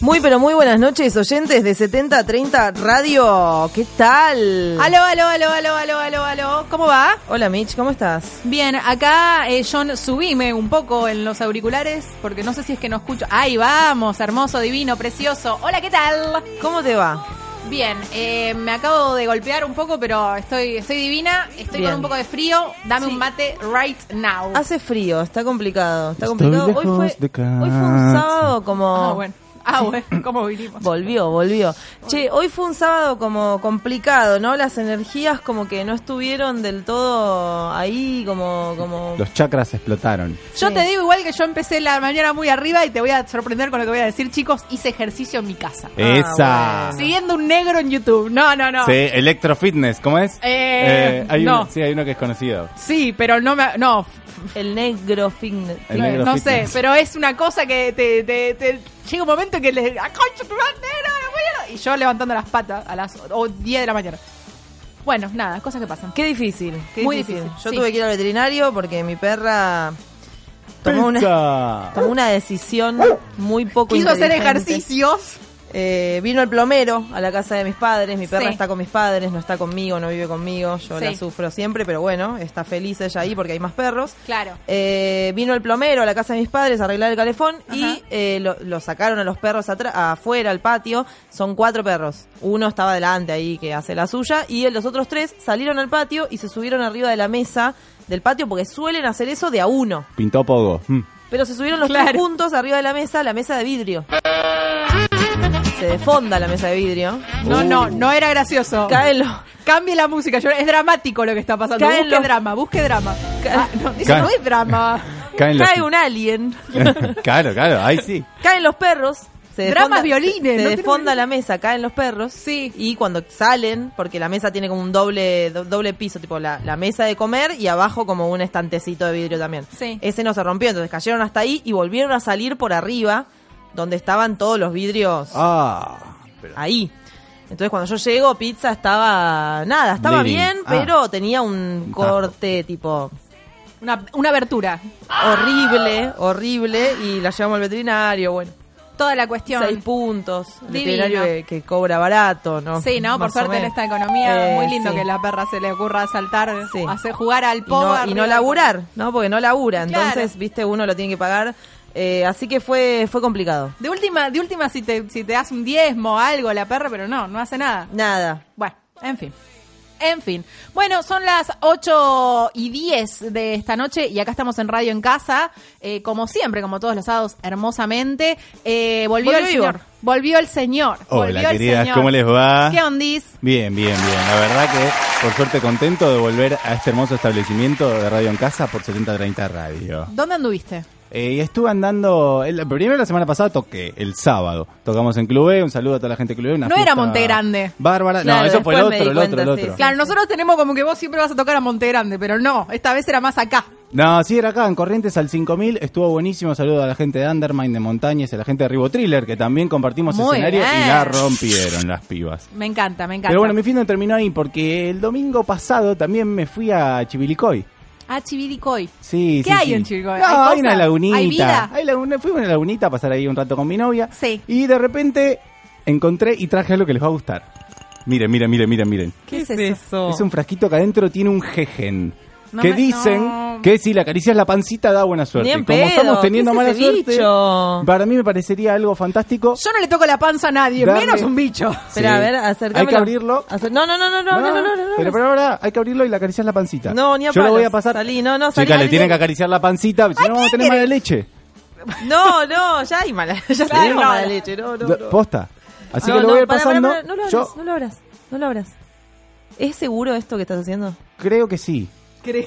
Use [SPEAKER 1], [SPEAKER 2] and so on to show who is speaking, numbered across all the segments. [SPEAKER 1] Muy, pero muy buenas noches, oyentes de 70 a 30 Radio. ¿Qué tal?
[SPEAKER 2] Aló, aló, aló, aló, aló, aló, aló. ¿Cómo va?
[SPEAKER 1] Hola, Mitch, ¿cómo estás?
[SPEAKER 2] Bien, acá eh, John, subime un poco en los auriculares porque no sé si es que no escucho. Ahí vamos, hermoso, divino, precioso. Hola, ¿qué tal?
[SPEAKER 1] ¿Cómo te va?
[SPEAKER 2] Bien, eh, me acabo de golpear un poco, pero estoy, estoy divina, estoy
[SPEAKER 1] Bien. Ah,
[SPEAKER 2] con un poco de frío. Dame un mate right now.
[SPEAKER 1] Hace frío, está complicado, está
[SPEAKER 3] Estoy
[SPEAKER 1] complicado. Hoy
[SPEAKER 3] lejos
[SPEAKER 1] fue,
[SPEAKER 3] de casa.
[SPEAKER 1] hoy fue un sábado como...
[SPEAKER 2] Ah, bueno. Ah, bueno, ¿cómo vinimos?
[SPEAKER 1] Volvió, volvió. Che, hoy fue un sábado como complicado, ¿no? Las energías como que no estuvieron del todo ahí, como... como...
[SPEAKER 3] Los chakras explotaron.
[SPEAKER 2] Yo
[SPEAKER 1] Sí.
[SPEAKER 2] te digo igual que yo empecé la mañana muy arriba y te voy a sorprender con lo que voy a decir, chicos, hice ejercicio en mi casa.
[SPEAKER 3] Esa.
[SPEAKER 1] bueno.
[SPEAKER 2] Siguiendo un negro en YouTube. No, no, no.
[SPEAKER 3] Sí, Electrofitness, ¿cómo es?
[SPEAKER 2] Eh,
[SPEAKER 3] hay
[SPEAKER 2] no.
[SPEAKER 3] uno, sí, hay uno que es conocido.
[SPEAKER 2] Sí, pero no me... No, f-
[SPEAKER 1] El negro fitness.
[SPEAKER 3] El
[SPEAKER 2] no,
[SPEAKER 3] negro
[SPEAKER 2] no sé,
[SPEAKER 3] fitness.
[SPEAKER 2] pero es una cosa que te, te- te- llega un momento que le... ¡Ah, concha tu madre, no, no, bueno! Y yo levantando las patas a las o 10 de la mañana. Bueno, nada, cosas que pasan.
[SPEAKER 1] Qué difícil, qué
[SPEAKER 2] Muy difícil,
[SPEAKER 1] Yo
[SPEAKER 2] sí.
[SPEAKER 1] tuve que ir al veterinario porque mi perra tomó una,
[SPEAKER 3] Pizza.
[SPEAKER 1] tomó una decisión muy poco
[SPEAKER 2] Uh. Quiso hacer
[SPEAKER 1] inteligente.
[SPEAKER 2] ejercicios.
[SPEAKER 1] Eh, vino el plomero a la casa de mis padres. Mi perra
[SPEAKER 2] Sí.
[SPEAKER 1] está con mis padres, no está conmigo, no vive conmigo. Yo
[SPEAKER 2] Sí.
[SPEAKER 1] la sufro siempre, pero bueno, está feliz ella ahí porque hay más perros.
[SPEAKER 2] Claro.
[SPEAKER 1] Eh, vino el plomero a la casa de mis padres a arreglar el calefón
[SPEAKER 2] Ajá.
[SPEAKER 1] y eh, lo, lo sacaron a los perros atra- afuera al patio. Son cuatro perros. Uno estaba delante ahí que hace la suya y los otros tres salieron al patio y se subieron arriba de la mesa del patio porque suelen hacer eso de a uno.
[SPEAKER 3] Pintó Pogo. Mm.
[SPEAKER 1] Pero se subieron los tres
[SPEAKER 2] Claro.
[SPEAKER 1] juntos arriba de la mesa, la mesa de vidrio. Se defonda la mesa de vidrio.
[SPEAKER 2] No, no,
[SPEAKER 3] Uh.
[SPEAKER 2] no era gracioso.
[SPEAKER 1] Caen los,
[SPEAKER 2] Cambie la música, yo- es dramático lo que está pasando.
[SPEAKER 1] Caen
[SPEAKER 2] busque
[SPEAKER 1] los-
[SPEAKER 2] drama, busque drama. Ah, no, eso
[SPEAKER 3] Caen-
[SPEAKER 2] no es drama.
[SPEAKER 3] Caen los...
[SPEAKER 1] cae un alien.
[SPEAKER 3] claro, claro, ahí sí.
[SPEAKER 1] Caen los perros. Se defonda-
[SPEAKER 2] Dramas, violines,
[SPEAKER 1] Se,
[SPEAKER 2] no
[SPEAKER 1] desfonda
[SPEAKER 2] tenemos-
[SPEAKER 1] la mesa, caen los perros.
[SPEAKER 2] Sí.
[SPEAKER 1] Y cuando salen, porque la mesa tiene como un doble do- doble piso, tipo la, la mesa de comer y abajo como un estantecito de vidrio también.
[SPEAKER 2] Sí.
[SPEAKER 1] Ese no se rompió, entonces cayeron hasta ahí y volvieron a salir por arriba, donde estaban todos los vidrios
[SPEAKER 3] Ah.
[SPEAKER 1] ahí. Entonces cuando yo llego, pizza estaba nada, estaba
[SPEAKER 3] Living.
[SPEAKER 1] bien,
[SPEAKER 3] Ah.
[SPEAKER 1] pero tenía un
[SPEAKER 3] Un tajo.
[SPEAKER 1] corte tipo
[SPEAKER 2] Una, una abertura.
[SPEAKER 1] horrible, horrible y la llevamos al veterinario, bueno.
[SPEAKER 2] Toda la cuestión.
[SPEAKER 1] Seis puntos. El
[SPEAKER 2] Divino.
[SPEAKER 1] veterinario que, que cobra barato, ¿no?
[SPEAKER 2] Sí, no, por
[SPEAKER 1] Más o
[SPEAKER 2] suerte en
[SPEAKER 1] menos.
[SPEAKER 2] esta economía
[SPEAKER 1] Eh,
[SPEAKER 2] muy lindo
[SPEAKER 1] sí.
[SPEAKER 2] que la perra se le ocurra saltar,
[SPEAKER 1] Sí.
[SPEAKER 2] hacer jugar al
[SPEAKER 1] Y no,
[SPEAKER 2] pobre.
[SPEAKER 1] y no laburar, ¿no? Porque no labura. Entonces,
[SPEAKER 2] Claro.
[SPEAKER 1] viste, uno lo tiene que pagar. Eh, así que fue, fue complicado.
[SPEAKER 2] De última, de última si te, si te das un diezmo o algo la perra, pero no, no hace nada.
[SPEAKER 1] Nada.
[SPEAKER 2] Bueno, en fin. En fin. Bueno, son las 8 y 10 de esta noche y acá estamos en Radio en Casa, eh, como siempre, como todos los sábados, hermosamente. Eh, volvió,
[SPEAKER 1] Volvió
[SPEAKER 2] el
[SPEAKER 1] vivo.
[SPEAKER 2] señor. Volvió el señor. volvió
[SPEAKER 3] Hola,
[SPEAKER 2] el
[SPEAKER 3] queridas,
[SPEAKER 2] señor.
[SPEAKER 3] ¿cómo les va?
[SPEAKER 2] ¿Qué ondis?
[SPEAKER 3] Bien, bien, bien. La verdad que, por suerte, contento de volver a este hermoso establecimiento de Radio en Casa por 7030 Radio.
[SPEAKER 2] ¿Dónde anduviste?
[SPEAKER 3] Eh, y estuve andando. El, primero la semana pasada toqué, el sábado. Tocamos en Clube, un saludo a toda la gente de Clube. una
[SPEAKER 2] No era
[SPEAKER 3] fiesta
[SPEAKER 2] Monte Grande.
[SPEAKER 3] Bárbara,
[SPEAKER 1] Claro,
[SPEAKER 3] no, eso fue el
[SPEAKER 1] después
[SPEAKER 3] otro,
[SPEAKER 1] me
[SPEAKER 3] el
[SPEAKER 1] di
[SPEAKER 3] otro, el
[SPEAKER 1] cuenta, sí,
[SPEAKER 3] otro.
[SPEAKER 1] sí.
[SPEAKER 2] Claro, nosotros tenemos como que vos siempre vas a tocar a Monte Grande, pero no, esta vez era más acá.
[SPEAKER 3] No, sí, era acá en Corrientes al 5000, estuvo buenísimo. Saludo a la gente de Undermine, de Montañes, a la gente de Ribo Thriller, que también compartimos
[SPEAKER 2] Muy
[SPEAKER 3] escenario
[SPEAKER 2] bien.
[SPEAKER 3] y la rompieron las pibas.
[SPEAKER 2] Me encanta, me encanta.
[SPEAKER 3] Pero bueno, mi fin no terminó ahí porque el domingo pasado también me fui a Chibilicoy.
[SPEAKER 2] Ah, Chivilcoy.
[SPEAKER 3] Sí,
[SPEAKER 2] ¿Qué
[SPEAKER 3] sí,
[SPEAKER 2] hay
[SPEAKER 3] sí.
[SPEAKER 2] en Chivilcoy?
[SPEAKER 3] No,
[SPEAKER 2] ¿Hay
[SPEAKER 3] hay,
[SPEAKER 2] cosas?
[SPEAKER 3] una lagunita.
[SPEAKER 2] ¿Hay vida?
[SPEAKER 3] laguna- Fui a una lagunita a pasar ahí un rato con mi novia.
[SPEAKER 2] Sí.
[SPEAKER 3] Y de repente encontré y traje algo que les va a gustar. Miren, miren, miren, miren, miren.
[SPEAKER 2] ¿Qué es eso?
[SPEAKER 3] Es un frasquito que adentro tiene un jejen.
[SPEAKER 2] No
[SPEAKER 3] que
[SPEAKER 2] me-
[SPEAKER 3] dicen
[SPEAKER 2] no.
[SPEAKER 3] que si le acaricias la pancita da buena suerte.
[SPEAKER 1] Ni en
[SPEAKER 3] Y Como
[SPEAKER 1] pedo,
[SPEAKER 3] estamos teniendo
[SPEAKER 1] ¿qué es
[SPEAKER 3] mala
[SPEAKER 1] ese
[SPEAKER 3] suerte,
[SPEAKER 1] bicho?
[SPEAKER 3] para mí me parecería algo fantástico.
[SPEAKER 2] Yo no le toco la panza a nadie,
[SPEAKER 3] Dame-
[SPEAKER 2] menos un bicho.
[SPEAKER 1] Espera,
[SPEAKER 3] Sí.
[SPEAKER 1] a ver, acercámelo.
[SPEAKER 3] Hay que abrirlo.
[SPEAKER 1] Acer- No, no, no, no, no, no, no, no, no, no.
[SPEAKER 3] Pero, pero ahora hay que abrirlo y le acaricias la pancita.
[SPEAKER 1] No, ni a
[SPEAKER 3] Yo lo
[SPEAKER 1] palos.
[SPEAKER 3] voy a pasar.
[SPEAKER 1] Salí, no, no, salí,
[SPEAKER 3] Chica, le
[SPEAKER 1] salí.
[SPEAKER 3] tienen que acariciar la pancita, si no vamos a tener mala leche.
[SPEAKER 1] No, no, ya hay mala, ya
[SPEAKER 2] Claro,
[SPEAKER 1] tenemos
[SPEAKER 2] no.
[SPEAKER 1] mala leche, no, no, no.
[SPEAKER 3] Posta. Así
[SPEAKER 1] No,
[SPEAKER 3] que lo
[SPEAKER 1] no,
[SPEAKER 3] voy a ir
[SPEAKER 1] pará,
[SPEAKER 3] pasando.
[SPEAKER 1] pará, pará, no lo abras,
[SPEAKER 3] Yo
[SPEAKER 1] no lo abras, no lo abras. ¿Es seguro esto que estás haciendo?
[SPEAKER 3] creo que sí.
[SPEAKER 2] Creo.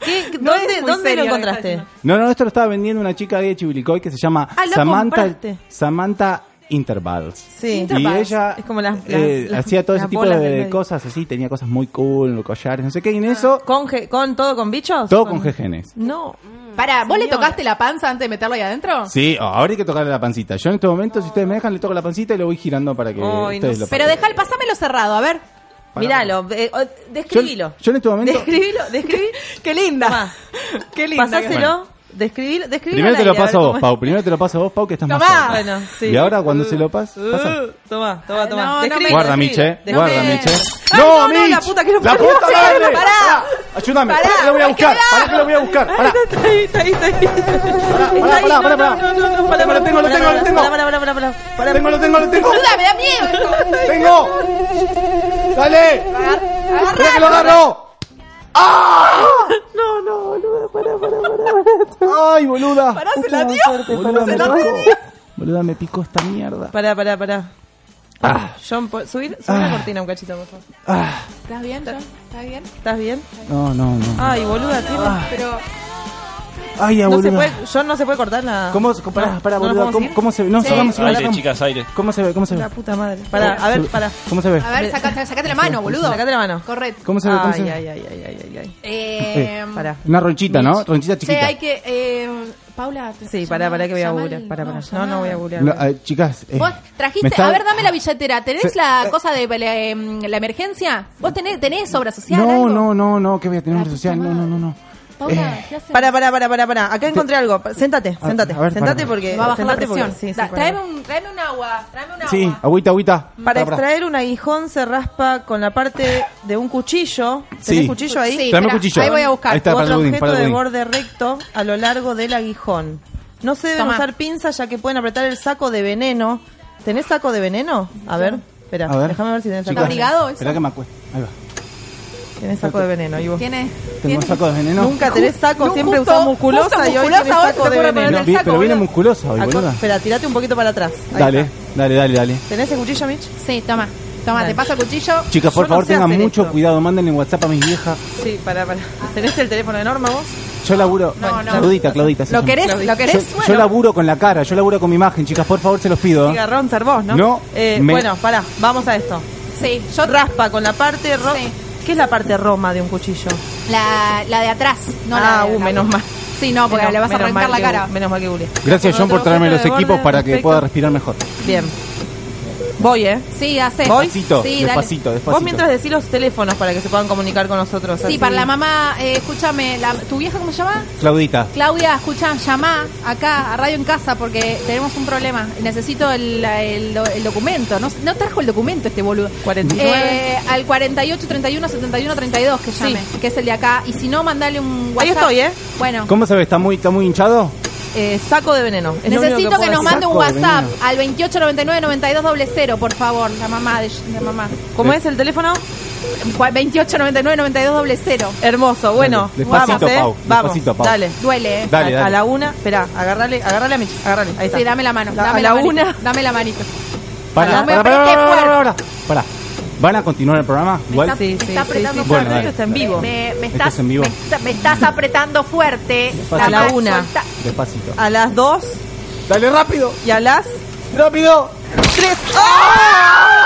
[SPEAKER 1] ¿Qué-
[SPEAKER 2] No es
[SPEAKER 1] ¿Dónde,
[SPEAKER 2] muy
[SPEAKER 1] dónde
[SPEAKER 2] serio
[SPEAKER 1] lo
[SPEAKER 2] lo que
[SPEAKER 1] encontraste?
[SPEAKER 2] está
[SPEAKER 3] No, no, esto lo estaba vendiendo una chica de Chibilicoy que se llama
[SPEAKER 1] Ah, lo
[SPEAKER 3] Samantha,
[SPEAKER 1] compraste.
[SPEAKER 3] Samantha Intervals.
[SPEAKER 1] Sí.
[SPEAKER 3] Y ella
[SPEAKER 1] Es como las-
[SPEAKER 3] eh,
[SPEAKER 1] las- las-
[SPEAKER 3] hacía todo ese
[SPEAKER 1] las
[SPEAKER 3] tipo
[SPEAKER 1] bolas
[SPEAKER 3] de
[SPEAKER 1] del medio.
[SPEAKER 3] cosas así, tenía cosas muy cool, collares, no sé qué, y en eso
[SPEAKER 1] ¿Con, ge- con todo con bichos?
[SPEAKER 3] todo con jejenes.
[SPEAKER 1] No.
[SPEAKER 2] Para, ¿vos le
[SPEAKER 1] Señora.
[SPEAKER 2] tocaste la panza antes de meterlo ahí adentro?
[SPEAKER 3] Sí, oh, ahora hay que tocarle la pancita. Yo en este momento, si ustedes me dejan, le toco la pancita y lo voy girando para que
[SPEAKER 1] Ay,
[SPEAKER 3] ustedes
[SPEAKER 1] no
[SPEAKER 3] lo
[SPEAKER 1] sé.
[SPEAKER 2] Pero
[SPEAKER 3] paren.
[SPEAKER 2] deja el pasámelo cerrado, a ver.
[SPEAKER 1] Míralo, eh, o-
[SPEAKER 3] yo,
[SPEAKER 1] describilo.
[SPEAKER 3] yo en este momento...
[SPEAKER 1] Describilo, describí.
[SPEAKER 2] Qué linda.
[SPEAKER 1] Tomá.
[SPEAKER 2] Qué linda.
[SPEAKER 1] Pasáselo.
[SPEAKER 3] Bueno,
[SPEAKER 1] Describí, describí
[SPEAKER 3] Primero
[SPEAKER 1] al
[SPEAKER 3] te lo
[SPEAKER 1] aire, a
[SPEAKER 3] paso
[SPEAKER 1] ver
[SPEAKER 3] a
[SPEAKER 1] cómo
[SPEAKER 3] vos,
[SPEAKER 1] es.
[SPEAKER 3] Pau. Primero te lo paso a vos, Pau, que estás más
[SPEAKER 2] Tomá.
[SPEAKER 3] cerca.
[SPEAKER 1] Bueno, sí.
[SPEAKER 3] Y ahora cuando se lo pas- pasa.
[SPEAKER 1] Uh, Toma, toma, toma.
[SPEAKER 2] No, no
[SPEAKER 1] Describilo,
[SPEAKER 2] me-
[SPEAKER 3] Guarda, Miche.
[SPEAKER 1] describilo,
[SPEAKER 3] eh. Guarda,
[SPEAKER 1] describilo.
[SPEAKER 3] Miche.
[SPEAKER 1] Ay, no, no, la puta que lo
[SPEAKER 3] ¡La
[SPEAKER 1] parió.
[SPEAKER 3] puta madre!
[SPEAKER 2] Pará.
[SPEAKER 3] Ayúdame.
[SPEAKER 2] Pará,
[SPEAKER 3] Pará que lo voy a
[SPEAKER 2] hay que
[SPEAKER 3] buscar.
[SPEAKER 2] hablar.
[SPEAKER 3] Pará que lo voy a buscar. Pará.
[SPEAKER 1] Está ahí, está ahí, está ahí. Está ahí,
[SPEAKER 3] pará,
[SPEAKER 1] no,
[SPEAKER 3] pará,
[SPEAKER 1] no,
[SPEAKER 3] pará.
[SPEAKER 1] no, no, no, pará,
[SPEAKER 3] Lo
[SPEAKER 1] pará,
[SPEAKER 3] tengo, lo
[SPEAKER 1] pará,
[SPEAKER 3] tengo,
[SPEAKER 1] pará,
[SPEAKER 3] lo tengo.
[SPEAKER 1] pará, pará, pará, pará, pará.
[SPEAKER 3] Lo tengo, lo tengo, lo tengo.
[SPEAKER 2] Ayuda, me da miedo esto.
[SPEAKER 3] ¡Tengo! ¡Dale! ¡Mira que lo ¡Ah! agarro!
[SPEAKER 1] No, no, boludo, pará, pará, pará.
[SPEAKER 3] ¡Ay, boluda!
[SPEAKER 2] Pará, se la dio.
[SPEAKER 3] Boluda,
[SPEAKER 2] se
[SPEAKER 3] me
[SPEAKER 2] la
[SPEAKER 3] picó. Boluda, me picó esta mierda.
[SPEAKER 1] Pará, pará, pará.
[SPEAKER 3] Ah,
[SPEAKER 1] John, po- subir, subir la cortina un cachito, por favor.
[SPEAKER 3] ah.
[SPEAKER 2] ¿Estás bien, John? ¿Estás bien?
[SPEAKER 1] ¿Estás bien?
[SPEAKER 3] No, no, no.
[SPEAKER 1] Ay, boluda, tiene...
[SPEAKER 2] Pero
[SPEAKER 3] Ay, ya,
[SPEAKER 1] Ah. No se
[SPEAKER 3] Ah. boluda.
[SPEAKER 1] puede, John no se puede cortar la...
[SPEAKER 3] ¿Cómo, se- pará,
[SPEAKER 1] No,
[SPEAKER 3] pará,
[SPEAKER 1] ¿no nos
[SPEAKER 3] boluda?
[SPEAKER 1] podemos
[SPEAKER 3] ¿Cómo,
[SPEAKER 1] ir?
[SPEAKER 3] cómo se ve? No,
[SPEAKER 2] Sí.
[SPEAKER 3] sacamos-
[SPEAKER 4] Aire,
[SPEAKER 3] sacamos-
[SPEAKER 4] chicas, aire.
[SPEAKER 3] ¿Cómo se ve? ¿Cómo se ve?
[SPEAKER 1] La puta madre. Pará, a ver, pará.
[SPEAKER 3] ¿Cómo se ve?
[SPEAKER 2] a ver, sacate, sacate la mano, boludo.
[SPEAKER 1] Sacate la mano.
[SPEAKER 2] Correcto.
[SPEAKER 3] ¿Cómo se ve? ¿Cómo se
[SPEAKER 1] Ay,
[SPEAKER 3] ve?
[SPEAKER 1] ay, ay, ay, ay, ay, ay.
[SPEAKER 2] Eh,
[SPEAKER 1] Pará.
[SPEAKER 3] Una ronchita, ¿no? Ronchita
[SPEAKER 2] Che,
[SPEAKER 3] chiquita.
[SPEAKER 2] hay que. Eh, Paula. te-
[SPEAKER 1] Sí,
[SPEAKER 2] llama-
[SPEAKER 1] pará, pará que voy a
[SPEAKER 2] llama
[SPEAKER 1] googlear.
[SPEAKER 2] al-
[SPEAKER 1] Pará, pará. No,
[SPEAKER 2] llama-
[SPEAKER 1] no voy a googlear.
[SPEAKER 3] No, eh, chicas, eh,
[SPEAKER 2] Vos
[SPEAKER 3] me
[SPEAKER 2] trajiste.
[SPEAKER 3] está- Eh,
[SPEAKER 2] A ver, dame la billetera. ¿Tenés
[SPEAKER 3] Se-
[SPEAKER 2] la cosa de la, em, la emergencia? ¿Vos tenés, tenés obra social?
[SPEAKER 3] No,
[SPEAKER 2] algo?
[SPEAKER 3] no, no, no, que voy a tener
[SPEAKER 2] La
[SPEAKER 3] una social.
[SPEAKER 2] puta
[SPEAKER 3] No, no, no, no.
[SPEAKER 2] Paula,
[SPEAKER 3] Eh,
[SPEAKER 2] ¿qué haces?
[SPEAKER 1] Pará, pará, pará, pará, pará. Acá encontré algo. Pa- Sentate,
[SPEAKER 3] A-
[SPEAKER 1] sentate.
[SPEAKER 3] a ver,
[SPEAKER 1] sentate
[SPEAKER 3] pará.
[SPEAKER 1] porque.
[SPEAKER 2] Me va a bajar la
[SPEAKER 1] sentate eh, porque-
[SPEAKER 2] presión.
[SPEAKER 1] sí, sí,
[SPEAKER 2] Da-
[SPEAKER 1] pará.
[SPEAKER 2] tráeme, un, tráeme un agua. Tráeme un agua.
[SPEAKER 3] sí, agüita, agüita.
[SPEAKER 1] Para
[SPEAKER 3] Pará, pará.
[SPEAKER 1] extraer un aguijón se raspa con la parte de un cuchillo. ¿Tenés
[SPEAKER 3] Sí.
[SPEAKER 1] cuchillo ahí?
[SPEAKER 2] Sí,
[SPEAKER 3] Tráeme un
[SPEAKER 2] espera,
[SPEAKER 3] cuchillo.
[SPEAKER 2] Ahí voy a buscar.
[SPEAKER 3] Ahí está, para el
[SPEAKER 1] Otro
[SPEAKER 3] budín,
[SPEAKER 1] objeto
[SPEAKER 3] para el
[SPEAKER 1] de
[SPEAKER 3] budín.
[SPEAKER 1] borde recto a lo largo del aguijón. No se deben
[SPEAKER 2] Tomá.
[SPEAKER 1] usar pinzas ya que pueden apretar el saco de veneno. ¿Tenés saco de veneno? A ver, espera,
[SPEAKER 3] A ver.
[SPEAKER 1] déjame ver si tenés saco
[SPEAKER 3] Chicas,
[SPEAKER 1] de veneno.
[SPEAKER 2] abrigado eso?
[SPEAKER 3] Esperá que me acuesto. Ahí va.
[SPEAKER 1] Tenés saco de veneno. Y vos.
[SPEAKER 2] ¿Tiene?
[SPEAKER 3] Tengo
[SPEAKER 2] tiene-
[SPEAKER 3] un saco de veneno.
[SPEAKER 1] Nunca tenés saco,
[SPEAKER 2] No,
[SPEAKER 1] siempre
[SPEAKER 2] justo-
[SPEAKER 1] usás musculosa,
[SPEAKER 2] justo
[SPEAKER 1] y hoy
[SPEAKER 2] musculosa,
[SPEAKER 1] tenés
[SPEAKER 2] ahora se
[SPEAKER 1] saco
[SPEAKER 2] te
[SPEAKER 1] de
[SPEAKER 2] ocurre
[SPEAKER 1] veneno.
[SPEAKER 2] poner
[SPEAKER 3] No,
[SPEAKER 2] el
[SPEAKER 3] vi-
[SPEAKER 2] saco,
[SPEAKER 3] pero viene
[SPEAKER 2] boludo.
[SPEAKER 3] musculosa hoy,
[SPEAKER 1] Aco-
[SPEAKER 3] boluda.
[SPEAKER 1] Espera, tirate un poquito para atrás. Ahí
[SPEAKER 3] Dale,
[SPEAKER 1] está.
[SPEAKER 3] dale, dale, dale.
[SPEAKER 1] ¿Tenés el cuchillo, Mitch?
[SPEAKER 2] Sí, toma. Toma,
[SPEAKER 1] Dale.
[SPEAKER 2] te paso el cuchillo.
[SPEAKER 3] Chicas, por
[SPEAKER 1] Yo no
[SPEAKER 3] favor,
[SPEAKER 1] sé
[SPEAKER 3] tengan
[SPEAKER 1] hacer
[SPEAKER 3] mucho
[SPEAKER 1] esto.
[SPEAKER 3] cuidado. Mándenle WhatsApp a mis viejas.
[SPEAKER 1] Sí, pará, pará. ¿Tenés el teléfono de Norma vos?
[SPEAKER 3] Yo laburo.
[SPEAKER 2] No, no.
[SPEAKER 3] Claudita, Claudita. sí,
[SPEAKER 2] ¿Lo
[SPEAKER 3] sí.
[SPEAKER 2] querés?
[SPEAKER 1] Claudia.
[SPEAKER 2] ¿Lo
[SPEAKER 3] Yo,
[SPEAKER 2] querés?
[SPEAKER 3] yo
[SPEAKER 2] Bueno.
[SPEAKER 3] laburo con la cara, yo laburo con mi imagen, chicas, por favor, se los pido. ¿eh?
[SPEAKER 1] Cigarrón, ser vos, ¿no?
[SPEAKER 3] No,
[SPEAKER 1] Eh,
[SPEAKER 3] me-
[SPEAKER 1] Bueno, pará, vamos a esto.
[SPEAKER 2] Sí, yo
[SPEAKER 1] Raspa con la parte... Ro...
[SPEAKER 2] Sí.
[SPEAKER 1] ¿Qué es la parte roma de un cuchillo?
[SPEAKER 2] la, la de atrás, no la
[SPEAKER 1] Ah,
[SPEAKER 2] de
[SPEAKER 1] uh,
[SPEAKER 2] la-
[SPEAKER 1] menos mal.
[SPEAKER 2] Sí, no, porque
[SPEAKER 1] Menos-
[SPEAKER 2] le vas a
[SPEAKER 1] menos
[SPEAKER 2] arrancar
[SPEAKER 1] mal
[SPEAKER 2] la
[SPEAKER 1] que-
[SPEAKER 2] cara.
[SPEAKER 1] menos mal que googleé. Con
[SPEAKER 3] Gracias, John,
[SPEAKER 1] otro
[SPEAKER 3] por traerme los
[SPEAKER 1] objeto de
[SPEAKER 3] equipos
[SPEAKER 1] borde,
[SPEAKER 3] para que
[SPEAKER 1] perfecto.
[SPEAKER 3] pueda respirar mejor.
[SPEAKER 1] Bien. Voy, ¿eh?
[SPEAKER 2] Sí, hace.
[SPEAKER 1] ¿Voy?
[SPEAKER 3] Despacito,
[SPEAKER 2] Sí, dale.
[SPEAKER 3] despacito, despacito.
[SPEAKER 1] Vos mientras decís los teléfonos para que se puedan comunicar con nosotros.
[SPEAKER 2] Sí,
[SPEAKER 1] así.
[SPEAKER 2] para la mamá, eh, escúchame, la- ¿tu vieja cómo se llama?
[SPEAKER 3] Claudita,
[SPEAKER 2] Claudia, escucha, llama acá a Radio en Casa porque tenemos un problema. Necesito el, el do- el documento. No, no trajo el documento este boludo.
[SPEAKER 1] 49.
[SPEAKER 2] Eh, al 48 31 71 32 que llame, que es el de acá. Y si no, mandale un WhatsApp.
[SPEAKER 1] Ahí estoy, ¿eh?
[SPEAKER 2] Bueno,
[SPEAKER 3] ¿cómo se ve? ¿Está muy, está muy hinchado?
[SPEAKER 1] Eh, saco de veneno. Es lo único
[SPEAKER 2] necesito que,
[SPEAKER 1] puedo
[SPEAKER 2] nos
[SPEAKER 1] decir.
[SPEAKER 2] mande un
[SPEAKER 3] Saco de
[SPEAKER 2] WhatsApp
[SPEAKER 3] veneno.
[SPEAKER 2] al 28 99 92 00, por favor, la mamá de, la mamá.
[SPEAKER 1] ¿Cómo es el teléfono?
[SPEAKER 2] 28 99 92 00.
[SPEAKER 1] Hermoso, bueno,
[SPEAKER 3] Dale,
[SPEAKER 1] vamos,
[SPEAKER 3] despacito,
[SPEAKER 1] ¿eh?
[SPEAKER 3] Pau,
[SPEAKER 1] vamos,
[SPEAKER 3] despacito, Pau.
[SPEAKER 1] dale.
[SPEAKER 2] Duele, ¿eh?
[SPEAKER 3] Dale,
[SPEAKER 1] a, a
[SPEAKER 3] dale.
[SPEAKER 1] la una, espera, agarrale, agarrale a Michi, agarrale, ahí está.
[SPEAKER 2] Sí, dame la mano.
[SPEAKER 1] La-
[SPEAKER 2] dame
[SPEAKER 1] a
[SPEAKER 2] la,
[SPEAKER 1] la
[SPEAKER 2] manito,
[SPEAKER 1] una.
[SPEAKER 2] Dame la manito.
[SPEAKER 3] Para,
[SPEAKER 2] No me
[SPEAKER 3] para, para,
[SPEAKER 2] apreté
[SPEAKER 3] para, para,
[SPEAKER 2] fuerte.
[SPEAKER 3] para, para. ¿Van a continuar el programa? Igual.
[SPEAKER 1] Sí,
[SPEAKER 2] Me
[SPEAKER 1] sí,
[SPEAKER 2] está
[SPEAKER 1] sí,
[SPEAKER 2] apretando
[SPEAKER 1] sí,
[SPEAKER 3] fuerte.
[SPEAKER 1] sí, esto está en vivo.
[SPEAKER 2] Me, me
[SPEAKER 3] Esto
[SPEAKER 2] estás,
[SPEAKER 3] es en vivo.
[SPEAKER 2] Me, está- me estás apretando fuerte.
[SPEAKER 3] A la
[SPEAKER 2] mano
[SPEAKER 1] una.
[SPEAKER 2] suelta.
[SPEAKER 3] Despacito.
[SPEAKER 1] A las dos
[SPEAKER 3] Dale rápido,
[SPEAKER 1] y a las
[SPEAKER 3] rápido.
[SPEAKER 1] tres. ¡Ah!